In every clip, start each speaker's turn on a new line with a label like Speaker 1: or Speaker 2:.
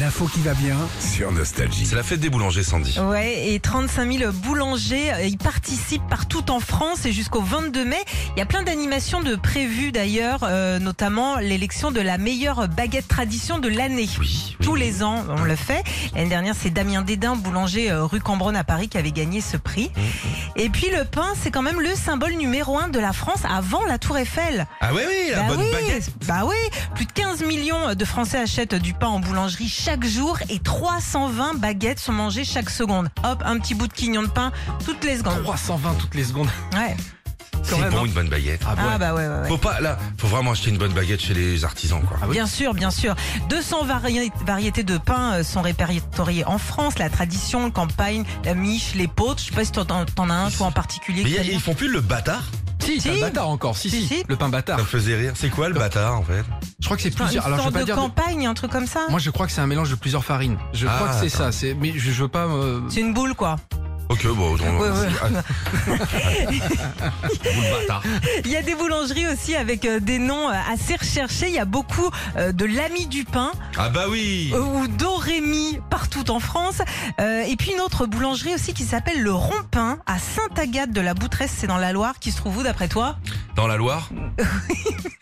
Speaker 1: L'info qui va bien.
Speaker 2: sur Nostalgie.
Speaker 3: C'est la fête des boulangers, Sandy.
Speaker 4: Ouais, et 35 000 boulangers euh, y participent partout en France et jusqu'au 22 mai. Il y a plein d'animations de prévues d'ailleurs, euh, notamment l'élection de la meilleure baguette tradition de l'année.
Speaker 3: Oui.
Speaker 4: Tous les ans, on le fait. L'année dernière, c'est Damien Dédin, boulanger euh, rue Cambronne à Paris, qui avait gagné ce prix.
Speaker 3: Mm,
Speaker 4: Et puis le pain, c'est quand même le symbole numéro un de la France avant la Tour Eiffel.
Speaker 3: Ah oui, oui, la
Speaker 4: bah
Speaker 3: bonne
Speaker 4: oui,
Speaker 3: baguette.
Speaker 4: bah oui, plus de 15 millions de Français achètent du pain en boulangerie chaque jour et 320 baguettes sont mangées chaque seconde. Hop, un petit bout de quignon de pain toutes les secondes.
Speaker 1: 320 toutes les secondes.
Speaker 4: Ouais.
Speaker 3: C'est
Speaker 1: même,
Speaker 3: bon,
Speaker 1: hein.
Speaker 3: une bonne baguette.
Speaker 1: Ah,
Speaker 4: Ah bah ouais, ouais, ouais.
Speaker 3: Faut pas, là, faut vraiment acheter une bonne baguette chez les artisans, quoi.
Speaker 1: Ah oui.
Speaker 4: Bien sûr, bien sûr. 200 vari- variétés de pain euh, sont répertoriées en France. La tradition, le campagne, la miche, les potes. Je sais pas si t'en, t'en- t'en as un, toi en particulier.
Speaker 3: Mais
Speaker 4: qui
Speaker 3: y a-
Speaker 4: t'aime bien.
Speaker 3: ils font plus le bâtard
Speaker 1: Si,
Speaker 4: Si.
Speaker 1: t'as le hein. bâtard encore. Si, si,
Speaker 4: Si, si.
Speaker 1: Le pain
Speaker 3: Ça
Speaker 1: bâtard.
Speaker 3: me faisait rire. C'est quoi le bâtard, en fait
Speaker 1: Je crois que c'est
Speaker 4: Enfin,
Speaker 1: plusieurs.
Speaker 4: une
Speaker 1: Alors, je
Speaker 4: sorte
Speaker 1: vais pas
Speaker 4: de
Speaker 1: dire. de-
Speaker 4: campagne, un truc comme ça.
Speaker 1: Moi, je crois que c'est un mélange de plusieurs farines. Je
Speaker 3: Ah,
Speaker 1: crois que c'est ça.
Speaker 3: d'accord.
Speaker 1: C'est. Mais je, je veux pas. euh,
Speaker 4: C'est une boule, quoi.
Speaker 3: Ok, bon, on-
Speaker 4: Ouais, ouais.
Speaker 3: Ah, vous, le bâtard.
Speaker 4: Il y a des boulangeries aussi avec euh, des noms euh, assez recherchés. Il y a beaucoup euh, de l'ami du pain
Speaker 3: Ah bah oui.
Speaker 4: euh, ou d'Orémy partout en France. Euh, et puis une autre boulangerie aussi qui s'appelle le Rompin à Sainte-Agathe de la Boutresse. C'est dans la Loire qui se trouve où d'après toi
Speaker 3: Dans la Loire.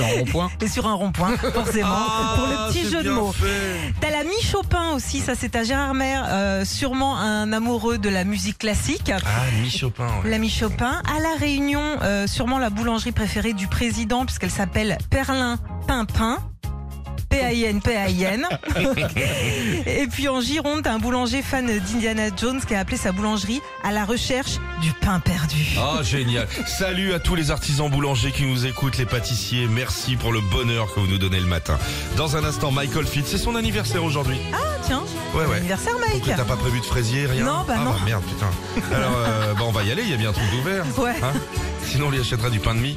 Speaker 1: En rond-point.
Speaker 4: Et sur un rond-point, forcément, pour le petit
Speaker 3: Ah, c'est
Speaker 4: jeu de
Speaker 3: bien
Speaker 4: mots.
Speaker 3: fait.
Speaker 4: T'as la Miche au pain aussi, ça c'est à Gérard Maire, euh, sûrement un amoureux de la musique classique.
Speaker 3: Ah, mi Chopin. ouais.
Speaker 4: L'ami Chopin. À La Réunion, euh, sûrement la boulangerie préférée du président, puisqu'elle s'appelle Perlin Pimpin. P-A-I-N, P-A-I-N. Et puis en Gironde, t'as un boulanger fan d'Indiana Jones qui a appelé sa boulangerie à la recherche du pain perdu.
Speaker 3: Ah, génial. Salut à tous les artisans boulangers qui nous écoutent, les pâtissiers. Merci pour le bonheur que vous nous donnez le matin. Dans un instant, Michael Fitt, c'est son anniversaire aujourd'hui.
Speaker 4: Ah, tiens,
Speaker 3: Ouais, ouais.
Speaker 4: anniversaire,
Speaker 3: Donc
Speaker 4: Mike.
Speaker 3: t'as pas prévu de fraisier, rien
Speaker 4: Non, bah
Speaker 3: Ah,
Speaker 4: non.
Speaker 3: merde, putain. Alors, euh, bah on va y aller, il y a bien un truc d'ouvert.
Speaker 4: Ouais.
Speaker 3: Hein Sinon, on lui achètera du pain de mie.